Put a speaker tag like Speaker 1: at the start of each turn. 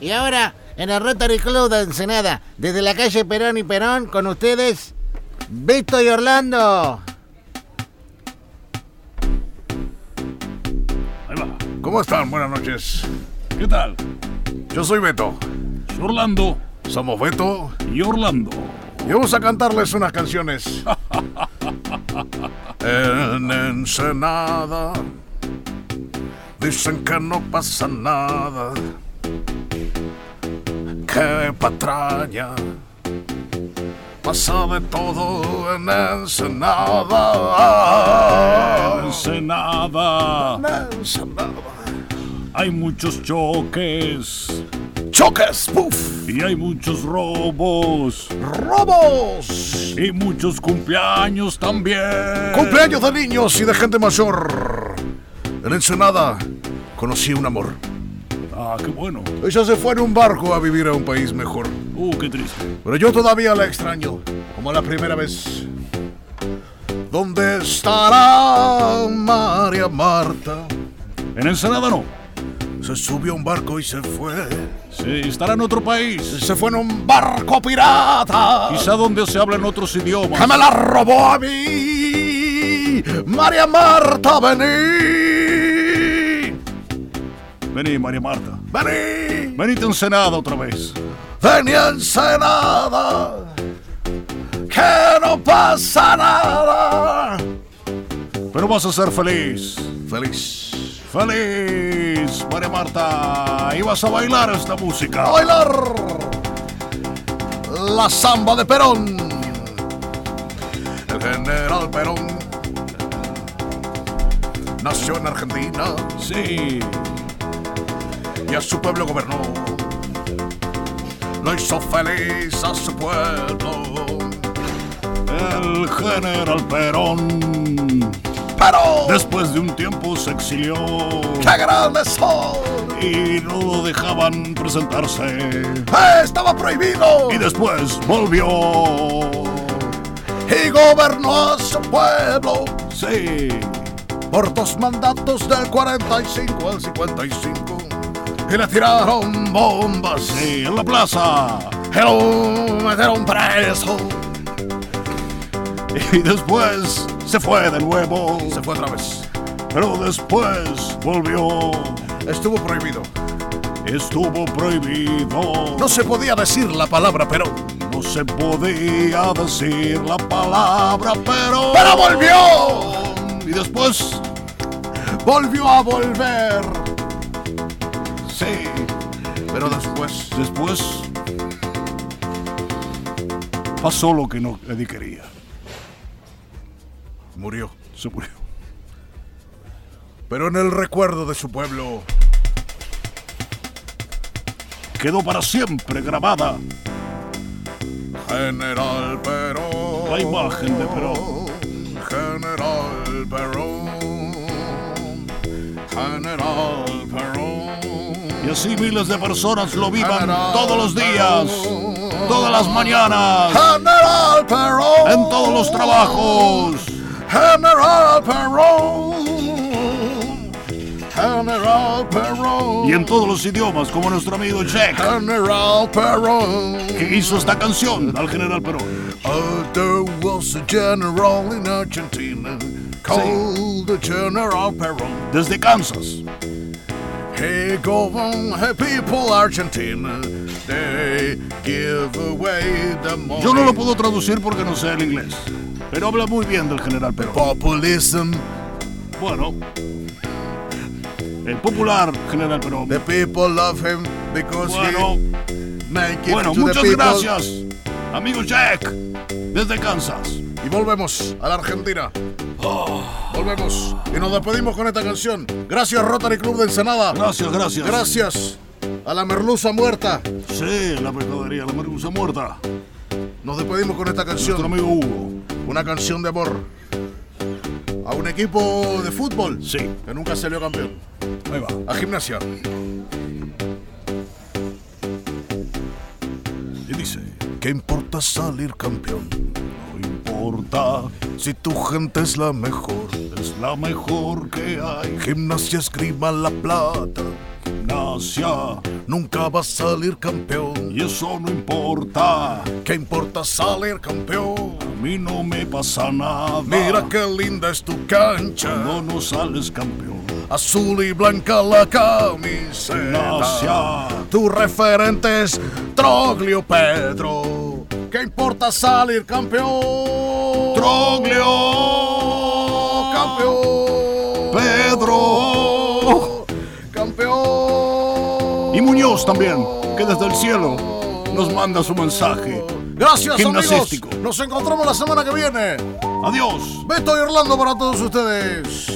Speaker 1: Y ahora, en el Rotary Club de Ensenada, desde la calle Perón y Perón, con ustedes, Víctor y Orlando.
Speaker 2: Ahí va.
Speaker 3: ¿Cómo están? Buenas noches.
Speaker 2: ¿Qué tal?
Speaker 3: Yo soy Beto.
Speaker 2: Soy Orlando
Speaker 3: Somos Beto
Speaker 2: y Orlando.
Speaker 3: y vamos a cantarles unas canciones. en Ensenada dicen que no pasa nada. Qué patraña. Pasa de todo en Ensenada.
Speaker 2: Ensenada.
Speaker 3: En Ensenada.
Speaker 2: Hay muchos choques
Speaker 3: Choques, puff,
Speaker 2: y hay muchos robos
Speaker 3: robos.
Speaker 2: y muchos cumpleaños también.
Speaker 3: Cumpleaños de niños y de gente mayor. En Ensenada conocí un amor.
Speaker 2: Ah, qué bueno.
Speaker 3: Ella se fue en un barco a vivir a un país mejor.
Speaker 2: Uh, qué triste.
Speaker 3: Pero yo todavía la extraño, como la primera vez. ¿Dónde estará María Marta?
Speaker 2: En Ensenada no.
Speaker 3: Se subió a un barco y se fue.
Speaker 2: Se estará en otro país.
Speaker 3: Se fue en un barco pirata.
Speaker 2: Quizá donde se hablan otros
Speaker 3: que
Speaker 2: idiomas.
Speaker 3: me la robó a mí. María Marta, vení.
Speaker 2: Vení, María Marta.
Speaker 3: Vení,
Speaker 2: Venite a Ensenada otra vez.
Speaker 3: vení Ensenada, que no pasa nada.
Speaker 2: Pero vas a ser feliz.
Speaker 3: Feliz.
Speaker 2: Feliz, María Marta. Y vas a bailar esta
Speaker 3: A
Speaker 2: música.
Speaker 3: bailar la samba de Perón. El general Perón nació en Argentina
Speaker 2: Sí.
Speaker 3: y a su pueblo gobernó. Lo hizo feliz a su pueblo.
Speaker 2: El general Perón.
Speaker 3: Pero
Speaker 2: Después de un tiempo se exilió.
Speaker 3: ¡Qué grande soy!
Speaker 2: Y no lo dejaban presentarse.
Speaker 3: ¡Ah, Estaba prohibido
Speaker 2: Y después volvió.
Speaker 3: y gobernó a su pueblo
Speaker 2: Sí.
Speaker 3: por dos mandatos del 45 al 55 y le tiraron bombas
Speaker 2: Sí, en la plaza.
Speaker 3: y lo metieron preso.
Speaker 2: Y después se fue de nuevo.
Speaker 3: Se fue otra vez.
Speaker 2: Pero después volvió.
Speaker 3: Estuvo prohibido.
Speaker 2: Estuvo prohibido.
Speaker 3: No se podía decir la palabra pero
Speaker 2: No se podía decir la palabra, pero.
Speaker 3: ¡Pero volvió!
Speaker 2: Y después,
Speaker 3: Volvió a volver.
Speaker 2: sí.
Speaker 3: Pero después
Speaker 2: Después. Pasó lo que no Eddie quería.
Speaker 3: murió.
Speaker 2: Se murió.
Speaker 3: Pero en el recuerdo de su pueblo
Speaker 2: Quedó para siempre grabada
Speaker 3: General Perón.
Speaker 2: la imagen de Perón.
Speaker 3: General Perón. General Perón.
Speaker 2: Y así miles de personas lo vivan
Speaker 3: General
Speaker 2: todos los días,
Speaker 3: Perón.
Speaker 2: todas las mañanas,
Speaker 3: General Perón.
Speaker 2: en todos los trabajos.
Speaker 3: General Perón. General Perón.
Speaker 2: Y en todos los idiomas, como nuestro amigo Jack,
Speaker 3: General Perón.
Speaker 2: que hizo esta canción al general Perón.
Speaker 3: Oh, there was a general in Argentina called the General Perón.
Speaker 2: Desde Kansas,
Speaker 3: Hey, go on, hey, people, Argentina. They give away the money.
Speaker 2: Yo no lo puedo traducir porque no sé el inglés, pero habla muy bien del general Perón.
Speaker 3: Populism,
Speaker 2: Bueno, el popular general Perón.
Speaker 3: the people love him because
Speaker 2: Bueno,
Speaker 3: he make it
Speaker 2: bueno,
Speaker 3: to the
Speaker 2: muchas
Speaker 3: people.
Speaker 2: gracias, amigo Jack, desde Kansas.
Speaker 3: Y volvemos a la Argentina. Volvemos. Y nos despedimos con esta canción. Gracias, Rotary Club de Ensenada.
Speaker 2: Gracias, gracias.
Speaker 3: Gracias a la merluza muerta.
Speaker 2: Sí, la pescadería, la merluza muerta.
Speaker 3: Nos despedimos con esta
Speaker 2: Nuestro
Speaker 3: canción.
Speaker 2: amigo Hugo.
Speaker 3: Una canción de amor. A un equipo de fútbol
Speaker 2: Sí,
Speaker 3: que nunca salió campeón.
Speaker 2: ahí va.
Speaker 3: A gimnasia.
Speaker 2: Y dice,
Speaker 3: ¿Qué importa salir campeón?
Speaker 2: no importa,
Speaker 3: Si tu gente es la mejor.
Speaker 2: es la mejor que hay.
Speaker 3: Gimnasia esgrima la plata.
Speaker 2: desgracia.
Speaker 3: Nunca vas a salir campeón.
Speaker 2: Y eso no importa,
Speaker 3: ¿Qué importa salir campeón?
Speaker 2: a mí no me pasa nada.
Speaker 3: Mira qué linda es tu cancha.
Speaker 2: cuando no sales campeón.
Speaker 3: Azul y blanca la camiseta.
Speaker 2: Gracia,
Speaker 3: Tu referente es Troglio Pedro. ¿Qué importa salir campeón?
Speaker 2: Troglio,
Speaker 3: campeón.
Speaker 2: Pedro
Speaker 3: Campeón.
Speaker 2: y Muñoz también, que desde el cielo nos manda su mensaje.
Speaker 3: Gracias, amigos.
Speaker 2: Gimnasístico.
Speaker 3: Nos encontramos la semana que viene.
Speaker 2: Adiós.
Speaker 3: Beto y Orlando para todos ustedes.